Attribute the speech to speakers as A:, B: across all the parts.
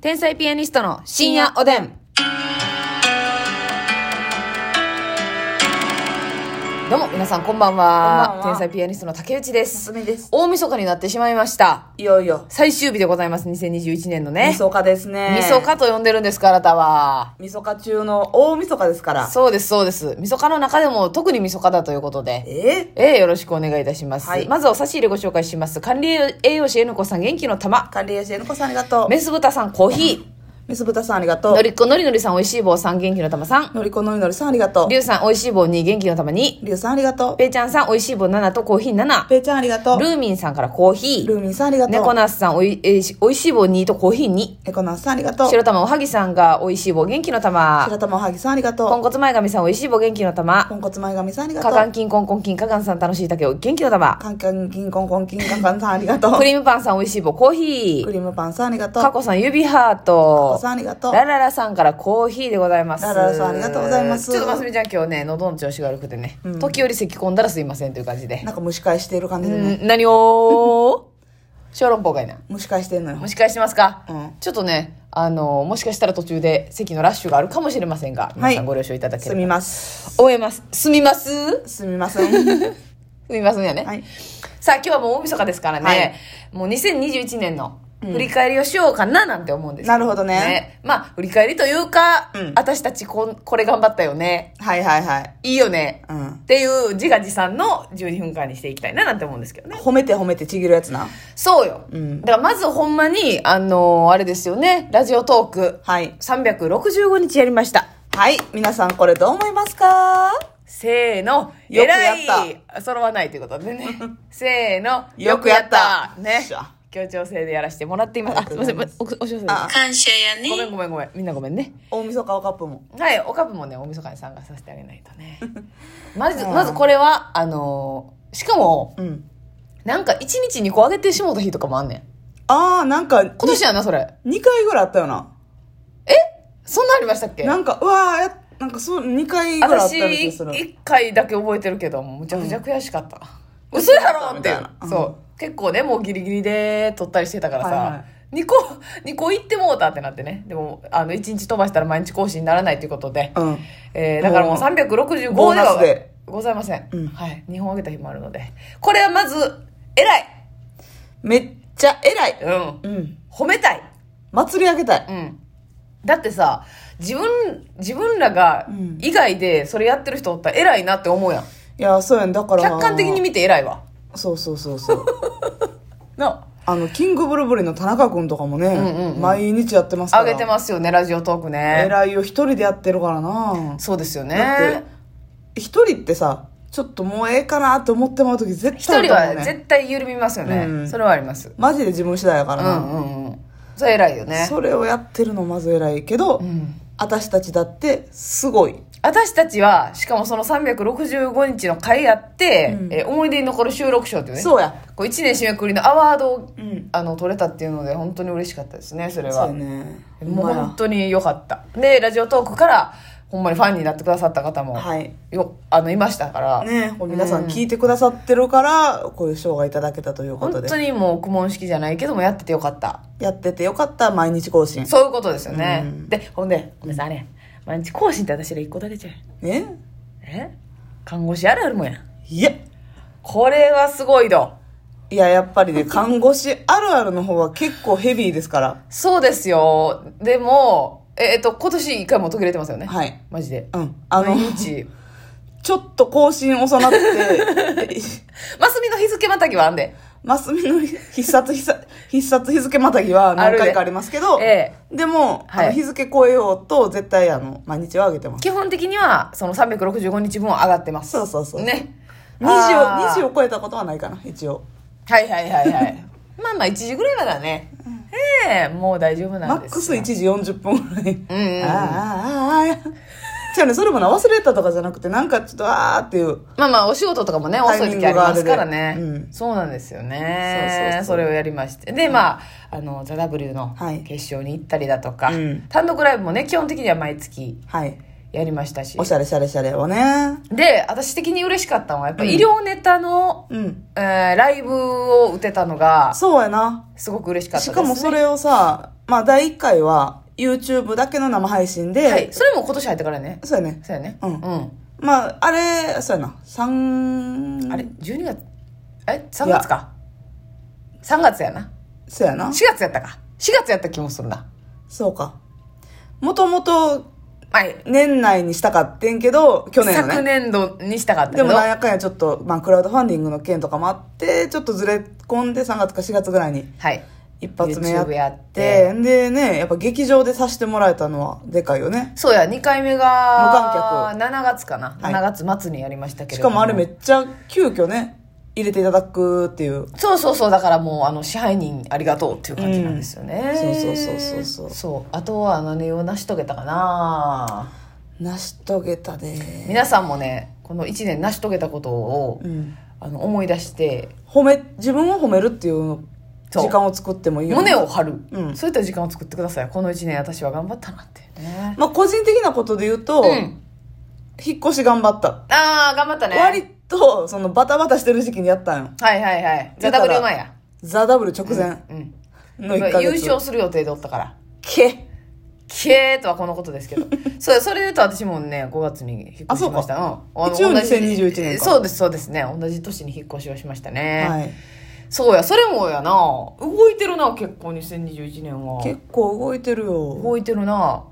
A: 天才ピアニストの深夜おでん。どうも皆さんこんばんは。
B: こんばんは
A: 天才ピアニストの竹内です。
B: 娘です。
A: 大晦日になってしまいました。
B: いよいよ。
A: 最終日でございます、2021年のね。
B: みそかですね。
A: みそか。と呼んでるんですか、あなたは。
B: みそか中の大みそかですから。
A: そうです、そうです。みそかの中でも特にみそかだということで。
B: え
A: ええ、よろしくお願いいたします。
B: はい
A: まずはお差し入れご紹介します。管理栄養士 N 子さん、元気の玉。
B: 管理栄養士えのこさんありがとう。
A: メス豚さん、コーヒ
B: みそぶたさんありがと
A: ー。
B: う
A: の。りっこのりのりさん、おいしい棒さん、元気の玉さん。
B: のりこのりのりさんありがと
A: りゅうさん、おいしい棒2、元気の玉2。
B: う。りゅうさんありがと
A: ぺーちゃんさん、おいしい棒7とコーヒー7
B: う。。ぺいちゃんありがとう。
A: ルーミンさんからコーヒ
B: ル
A: ー。
B: ーミンさんありがとう。
A: 猫なすさん、おい,、えーしおいしい棒2とコーヒー2。
B: えこなすさんありがとう。
A: 白玉おはぎさんが、おいしい棒、元気の玉。
B: 白玉おはぎさんありが
A: ポン
B: と
A: コツ前髪さん、おいしい棒、元気の
B: う。
A: 玉。
B: ポンコツ前髪さんありがと
A: か
B: う。
A: がんきんこんこんきん、かがんさん、楽しい竹を、元気の玉。
B: カンカンキンコンコンキンカンカンさんありがとう。
A: クリームパンさん、おいしい棒、コーヒー
B: ク。リームパンさんありがとう。
A: かこさん、指ハート
B: こ。さんありがとう。
A: ラララさんからコーヒーでございます。
B: ラララさんありがとうございます
A: ちょっとますみちゃん今日ね、喉の調子が悪くてね、
B: ん
A: 時折咳き込んだらすいませんという感じで。
B: なんか蒸し返している感じでね。
A: うん、何を 小籠包がいな。
B: 蒸し返してんのよ
A: 蒸。し返してますか、
B: うん
A: ちょっとね、あの、もしかしたら途中で咳のラッシュがあるかもしれませんが、皆さ
B: は
A: ん
B: い
A: ご了承いただけ
B: す
A: れば。
B: みます。
A: 終えます。すみますす
B: すみませ ん。
A: みますんやね。
B: はい。
A: さあ、今日はもう大晦日ですからね、
B: はい
A: もう2021年の振り返りをしようかななんて思うんですけ
B: なるほどね
A: まあ、振り返りというか、
B: うん
A: 私たちこんこれ頑張ったよね。
B: はいはいはい。
A: いいよね。
B: うん
A: っ。ていう自画自賛の12分間にしていきたいななんて思うんですけどね。
B: 褒めて褒めてちぎるやつな。
A: そうよ。
B: うん
A: だからまずほんまに、あのーあれですよね、ラジオトーク。
B: はい。
A: 365日やりました。
B: はい。皆さんこれどう思いますか
A: せーの、。
B: よくやった
A: 揃わないということで ね。せーの、
B: よくやった
A: ね
B: しゃ。
A: 協調性でやらせてもらっています。あ、すいません、お、お知らせです。
B: あ
C: 感謝や
A: ごめ
C: ね
A: んごめんごめん。みんなごめんね。
B: 大晦日おカップも。
A: はい、おかぶもね、大晦日に参加させてあげないと ね。まず、まずこれは、あのーしかも、
B: うん。
A: なんか一日2個あげてしもうた日とかもあんねん。
B: あー、なんか、に
A: 今年やな、それ。
B: 2回ぐらいあったよな。
A: そんなんありましたっけ
B: なんか、うわー、やなんかそう、2回ぐらいあった
A: 私、
B: ような気がする。
A: 1回だけ覚えてるけど、もうむちゃくちゃ悔しかった。嘘やろって
B: みたいなう。ん
A: そう。結構ね、もうギリギリで撮ったりしてたから
B: はいは
A: さ
B: い。
A: 2個、2個行ってもうたってなってね。でも、あの、1日飛ばしたら毎日更新にならないということで。
B: うん。
A: えー、だからもう
B: もう
A: 365
B: ボー
A: で
B: ナ
A: は
B: スで
A: ございません、
B: うん
A: はい2本あげた日もあるのでこれはまず偉い、
B: めっちゃ偉い。
A: うん、
B: うん。
A: 褒めたい、
B: 祭り上げた
A: う
B: い。
A: ん、だってさ自分自分らが
B: うん
A: 以外でそれやってる人おったら偉いなって思うやん
B: いや、そうやん。だから。
A: 客観的に見て偉いわ
B: そうそうそうそう。
A: な
B: あの、キングブルブリンの田中君とかもね、
A: んうんうん
B: 毎日やってますから。
A: あげてますよねラジオトークね
B: 偉いよ、一人でやってるからな。
A: そうですよ
B: だっ
A: ね
B: て、一人ってさ、ちょっともうええかなと思ってもらうとき絶
A: 一
B: 対ある
A: 人
B: と思う
A: は
B: ね
A: 絶対緩みますよね、
B: うん
A: それはあります
B: マジで自分次第やか
A: う
B: ら
A: ん
B: な、
A: うんうんそれ偉いよね
B: それをやってるのまず偉いけど、
A: うん
B: 私たちだってすごい
A: 私たちは、しかもその365日の会やって、
B: うん
A: えー思い出に残る収録賞っていうね。
B: そうや
A: こう1年締めくくりのアワードを、
B: うん
A: あの、取れたっていうので、本当に嬉しかったですね、それ
B: そう
A: は。
B: やね
A: もう
B: ほんまや
A: 本当に良かった。で、ラジオトークから、ほんまにファンになってくださった方も、
B: はい
A: よ、あの、いましたから、
B: ねこう皆さ
A: うん
B: ん聞いてくださってるから、こういう賞がいただけたというこ
A: 本
B: とで
A: 当にもう、苦問式じゃないけども、やっててよかった。
B: やっててよかった毎日更新
A: そういうことですよね。
B: うん
A: で、ほんで、おめさんあれ、毎日更新って私ら1個だけじゃん。
B: ね
A: え看護師あるあるもんやん。
B: いや
A: これはすごいど。
B: いややっぱりね看護師あるあるの方は結構ヘビーですから
A: そうですよ。でも、ええっと、今年一回も途切れてますよね。
B: はい
A: マジで。
B: うんあの
A: 毎日。
B: ちょっと更新遅なって
A: マスミの日付またぎはあんで。
B: マスミの必殺必殺必殺日付またぎは何回かありますけど、
A: あるね
B: でも、
A: はい
B: あの日付超えようと絶対あの毎日は上げてます
A: 基本的には、その365日分は上がってます。
B: そうそうそう
A: ね。
B: 20を
A: あー
B: 20を超えたことはないかな一応
A: はいはいはいはい。 まあまあ1時ぐらいまではね。ええもう大丈夫な
B: マ
A: ん
B: ッ
A: です
B: クス
A: よ
B: 1時40分ぐらい、
A: うんうんうん
B: あーあーあーあーじゃあねそれもな忘れたとかじゃなくてなんかちょっとあーっていう
A: まあまあお仕事とかもね
B: タイ
A: 遅
B: ミ
A: い時
B: ング
A: あり
B: が
A: ま
B: あれ
A: す
B: で
A: からね、
B: うん
A: そうなんですよね
B: そう
A: そ
B: そうそう
A: れをやりましてでまああの「ザ・ w の
B: はい
A: 決勝に行ったりだとか、
B: うん
A: 単独ライブもね基本的には毎月
B: はい
A: やりましたし
B: おしゃれしゃれしゃれをね
A: で私的に嬉しかったのはやっぱ医療ネタの、
B: うん
A: えーライブを打てたのが
B: そうやな
A: すごく嬉しかった
B: し
A: です、ね、
B: かもそれをさまあ、第1回は YouTube だけの生配信で、
A: はい。それも今年入ってからね。
B: そうやね。
A: そうやね。
B: う
A: う
B: ん
A: ん。
B: まあ、あれ、そうやな。3、
A: あれ、12月、え、3月か。3月やな。
B: そうやな
A: 4。月やったか。4月やった気もするな。
B: そうか。もともと
A: はい。
B: 年内にしたかってんけど、去年の
A: 昨
B: ね。
A: 年度にしたかったけ
B: で
A: ど。
B: もなんやかんやちょっと、まあ、クラウドファンディングの件とかもあって、ちょっとずれ込んで3月か4月ぐらいに
A: はい。
B: 一発目やっ
A: YouTube やってて、
B: でね、やっぱ劇場でさせてもらえたのはでかいよね。
A: そうや、2回目
B: 無
A: が、7月かな。
B: はい
A: 7月末にやりましたけれ
B: し
A: ど
B: か
A: も。
B: もあれめっちゃ急遽ね、入れていただくっていう。
A: そうそうそうだからもうあの支配人ありがとうっていう感じなんですよね、
B: うんそうそうそうそうそう
A: そうあとは何を成し遂げたかな
B: 成し遂げたで。
A: 皆さんもねこの1年成し遂げたことを、
B: うん。
A: あの思い出して
B: 褒め、自分を褒めるっていう
A: そう
B: 時間を作ってもいいよね。
A: 胸を張る、
B: うん
A: そういった時間を作ってくださいこの1年私は頑張ったなってね
B: まあ個人的なことで言うと、
A: うん
B: 引っ越し頑張った。
A: ああ頑張ったね
B: 割と、そのバタバタしてる時期にやったんよ。
A: はいはいはいじゃ
B: だ
A: あ
B: から
A: W 前や
B: ザ・ダブル直前
A: うん
B: の1ヶ月。
A: 優勝する予定でおったから
B: け
A: けーとはこのことですけ どそうそれで言うと私もね5月に引っ
B: あ
A: 越し
B: そう
A: し
B: か
A: ましたうんあの
B: 一応
A: 同じ
B: 2021年か
A: そうですそうですね同じ年に引っ越しをしましたね、
B: はい。
A: そうやそれもやな動いてるな結構2021年は
B: 結構動いてるよ。
A: 動いてるな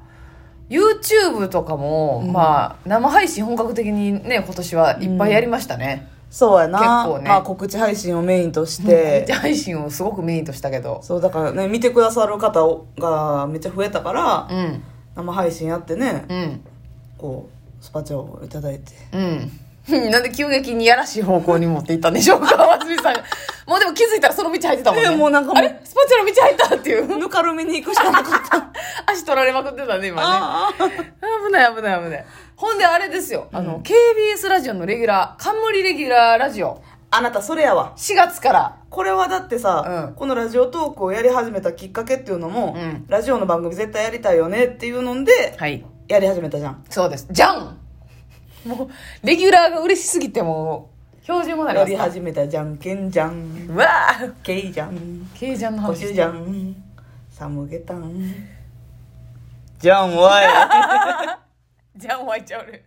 A: YouTube とかも、
B: うん
A: まあ生配信本格的にね今年はいっぱいやりましたね、
B: そうやな。
A: 結構ね
B: まあ告知配信をメインとし
A: で
B: て。
A: 配信をすごくメインとしたけど
B: そう、だからね、見てくださる方をがめっちゃ増えたから、
A: うん
B: 生配信やってね、
A: うん
B: こう、スパチャをいただいて。
A: うんなんで急激にやらしい方向に持っていったんでしょう か松見さんがもうでも気づいたらその道入ってたもんね、
B: ええもうなんかもう
A: あれスパチャの道入ったって いう
B: ぬかるみに行くしかなか った。
A: 足取られまくってたね今ね
B: ああ。
A: 危ない危ない危ないほんであれですよ、あの KBS ラジオのレギュラー冠レギュラーラジオ
B: あなた、それやわ。
A: 4月から
B: これはだってさ、
A: うん
B: このラジオトークをやり始めたきっかけっていうのも、
A: うん
B: ラジオの番組絶対やりたいよねっていうので、
A: はい
B: やり始めたじゃん。
A: そうですじゃんもうレギュラーが嬉しすぎてもう標準語になり
B: や
A: ます
B: り始めたじゃんけんじゃん。
A: うわあ
B: けいじゃん。
A: ケイジャンの
B: こ
A: 話
B: しじゃん。サムゲタン。じゃん、わい。
A: ジャン湧いちゃうね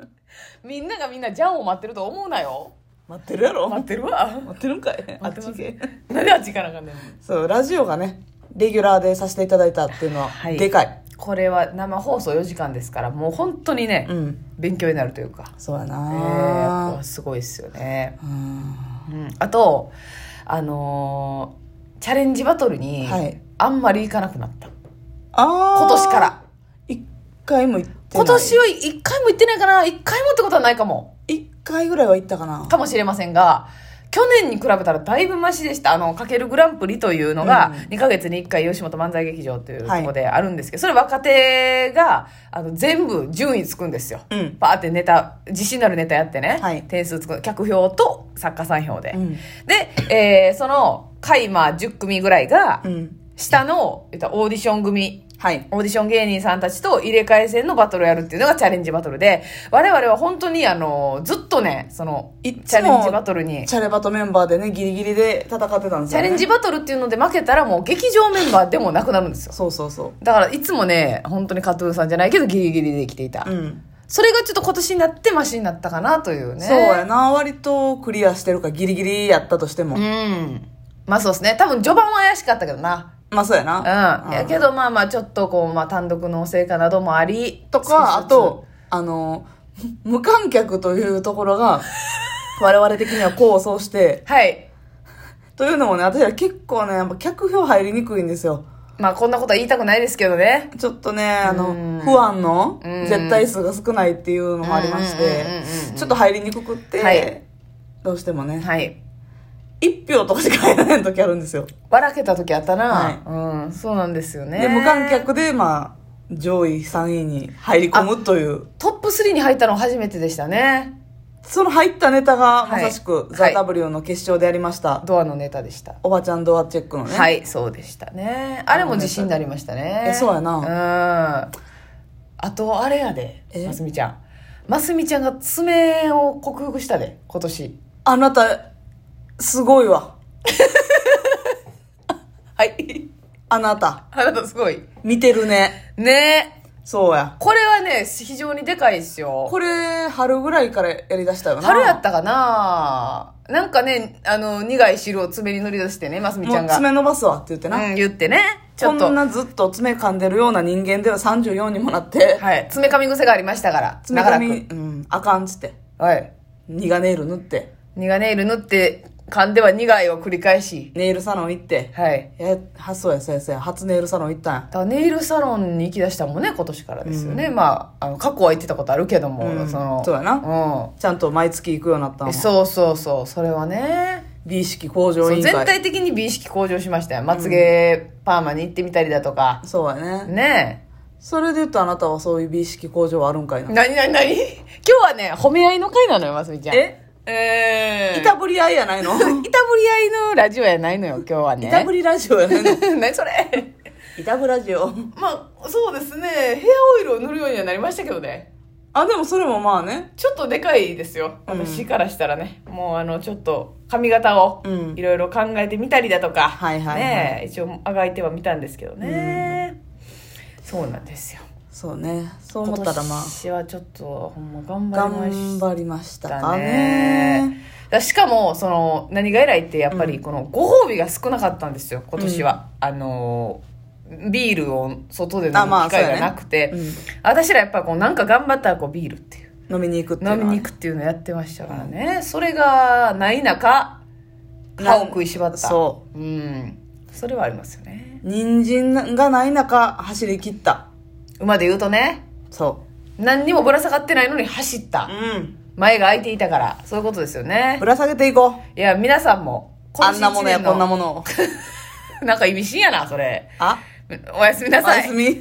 A: みんながみんなジャンを待ってると思うなよ
B: 待ってるやろ
A: 待
B: 待
A: ってるわ
B: ってるんかいあっ
A: 待って
B: ち
A: ます
B: 系。
A: なんであっち行かなあかんねん
B: そう、ラジオがね、レギュラーでさせていただいたっていうのは、
A: はい
B: でかい。
A: これは生放送4時間ですからもう本当にね、
B: うん。
A: 勉強になるというか
B: そうや
A: えーやっ
B: な
A: ぱすごいですよね、
B: うん
A: うん、あとあのーチャレンジバトルに
B: はい
A: あんまり行かなくなった、
B: あー
A: 今年から
B: 一回も行ってな
A: 今
B: い
A: 年は一回も行ってないかな一回もってことはないかも
B: 一回ぐらいは行ったかな
A: かもしれませんが去年に比べたらだいぶマシでした。あの、かけるグランプリというのが
B: うん、
A: 2ヶ月に1回吉本漫才劇場というとこ
B: はい
A: ろであるんですけど、それ若手が、あの、全部順位つくんですよ。
B: うん
A: パーってネタ、自信のあるネタやってね、
B: はい
A: 点数つく、客票と作家さん票で。
B: うん
A: で、えーその、回、まあ、10組ぐらいが
B: う、ん
A: 下の、言ったらオーディション組
B: はい
A: オーディション芸人さんたちと入れ替え戦のバトルをやるっていうのがチャレンジバトルで、我々は本当にあの、ずっとね、その、チ
B: いつも
A: ャレンジバトルに、チ
B: チャレバトメンバーでねギリギリで戦ってたんですよ、
A: ャ
B: ね、
A: レンジバトルっていうので負けたらもう劇場メンバーでもなくなるんですよ。
B: そうそうそ
A: だからいつもね、本当にカトゥーンさんじゃないけどギリギリで生きていた。
B: ううん、
A: それがちょっと今年になってマシになったかなというね。
B: そうやな割とクリアしてるかギリギリやったとしても、
A: うん。まあそうですね。多分序盤は怪しかったけどな。
B: まあそうやな
A: うん。やけどまあまあちょっとこう、まあ単独の成果などもあり。
B: と
A: 少し
B: か
A: ず
B: あ
A: つ
B: とあの無観客というところ が我々的には構想して
A: はい。
B: というのもね私は結構ねやっぱ客票入りにくいんですよ
A: まあこんなことは言いたくないですけどね。
B: ちょっとね、あ
A: う
B: の、
A: ん
B: 不安の
A: うん
B: 絶対数が少ないっていうのもありまし
A: うんうんうんうんう
B: て
A: ん、
B: ちょっと入りにくくっ
A: はい
B: て、どうしてもね、
A: はい。
B: 1票とかしか入らない時あるんですよ。
A: ばらけた時あったな。
B: は
A: うん、そうなんですよね。
B: で、無観。客で、まあ、上位3位に入り込むという、
A: トップ3に入ったの初めてでしたね。
B: その入ったネタがま
A: はい
B: さしく、
A: は
B: ザ・
A: い
B: W の決勝でやりました、
A: ドアのネタでした。
B: おばちゃんドアチェックのね。
A: はい、そうでしたね。あれも自信になりましたね。
B: えそうや
A: な。うん。あと、あれやで、
B: え
A: ますみちゃん。ますみちゃんが爪を克服したで、今年。
B: あなた、すごいわ。
A: はい。
B: あなた、
A: あなたすごい。
B: 見てるね。
A: ね
B: そうや。
A: これはね、非常にでかいっすよ。
B: これ、春ぐらいからやりだしたよな。
A: 春やったかななんかね、あの、苦い汁を爪に塗り出してね、ますみちゃ
B: も
A: ん
B: う
A: が。
B: 爪伸ばすわって言ってな。
A: うん、言ってね。ちょっと。
B: こんなずっと爪噛んでるような人間では34にもなって、
A: はい。爪噛み癖がありましたから。
B: 爪
A: 長ら
B: 噛
A: く
B: み、うん、あかんっつって、
A: はい。
B: 苦ネイル塗って、
A: 苦ネイル塗って、噛んでは苦いを繰り返し。
B: ネイルサロン行って、
A: はい。
B: え、はそうやそうやそうや、初ネイルサロン行ったんや。
A: だからネイルサロンに行き出したのもね、今年からですよね。まあ、あの、過去は行ってたことあるけども、
B: うん
A: その。
B: そうやな
A: う
B: ちゃんと毎月行くようになったの
A: ん。。そうそうそう、それはね。
B: 美意識向上
A: そ
B: 委
A: う
B: 員会。
A: 全体的に美意識向上しましたよ。まつげパーマに行ってみたりだとか。
B: そうやね。
A: ね
B: それで言うとあなたはそういう美意識向上はあるんかい
A: え。
B: な。
A: なになになに 今日はね、褒め合いの回なのよ、ますみちゃん。
B: え
A: えー、
B: いたぶり合い やないの
A: いたぶり合いのラジオやないのよ、今日はいね。
B: たぶりラジオやな いの
A: 何それ
B: いたぶラジオ。
A: まあそうですねヘアオイルを塗るようにはなりましたけどね
B: あ、でもそれもまあね。
A: ちょっとでかいですよ私からしたらね、もうあのちょっと髪型を
B: うん
A: いろいろ考えてみたりだとか、
B: はいはいはい
A: ねえ一応あがいてはみたんですけどね、そうなんですよ
B: そうね。そう思ったらまあ
A: 今、年はちょっとほんま頑
B: 頑
A: 張りました
B: 張りました
A: だ
B: か
A: ね
B: ね。
A: だからしかもその何が偉いってやっぱりこのご褒美が少なかったんですよ今年は、あのービールを外で飲む
B: あまあ
A: 機会
B: そう
A: が
B: やね
A: なくて、
B: うん
A: 私らやっぱこうなんか頑張ったらこうビールっていう
B: 飲みに行くっていう
A: 飲
B: の
A: み
B: は
A: に行くっていうのやってましたからね、それがない中歯を食いしばった
B: そう
A: うんそれはありますよね
B: う人参がない中走り切った
A: 馬で言うとね
B: そ
A: 何にもぶら下がってないのに走った
B: ううん
A: 前が空いていたからそういうことですよね
B: ぶら下げていこ
A: いや皆さんも
B: うあんなものやこんな
A: も
B: ものを
A: なんか意味深やなそれ
B: あ
A: おやすみな
B: お
A: さ
B: や
A: い
B: すみ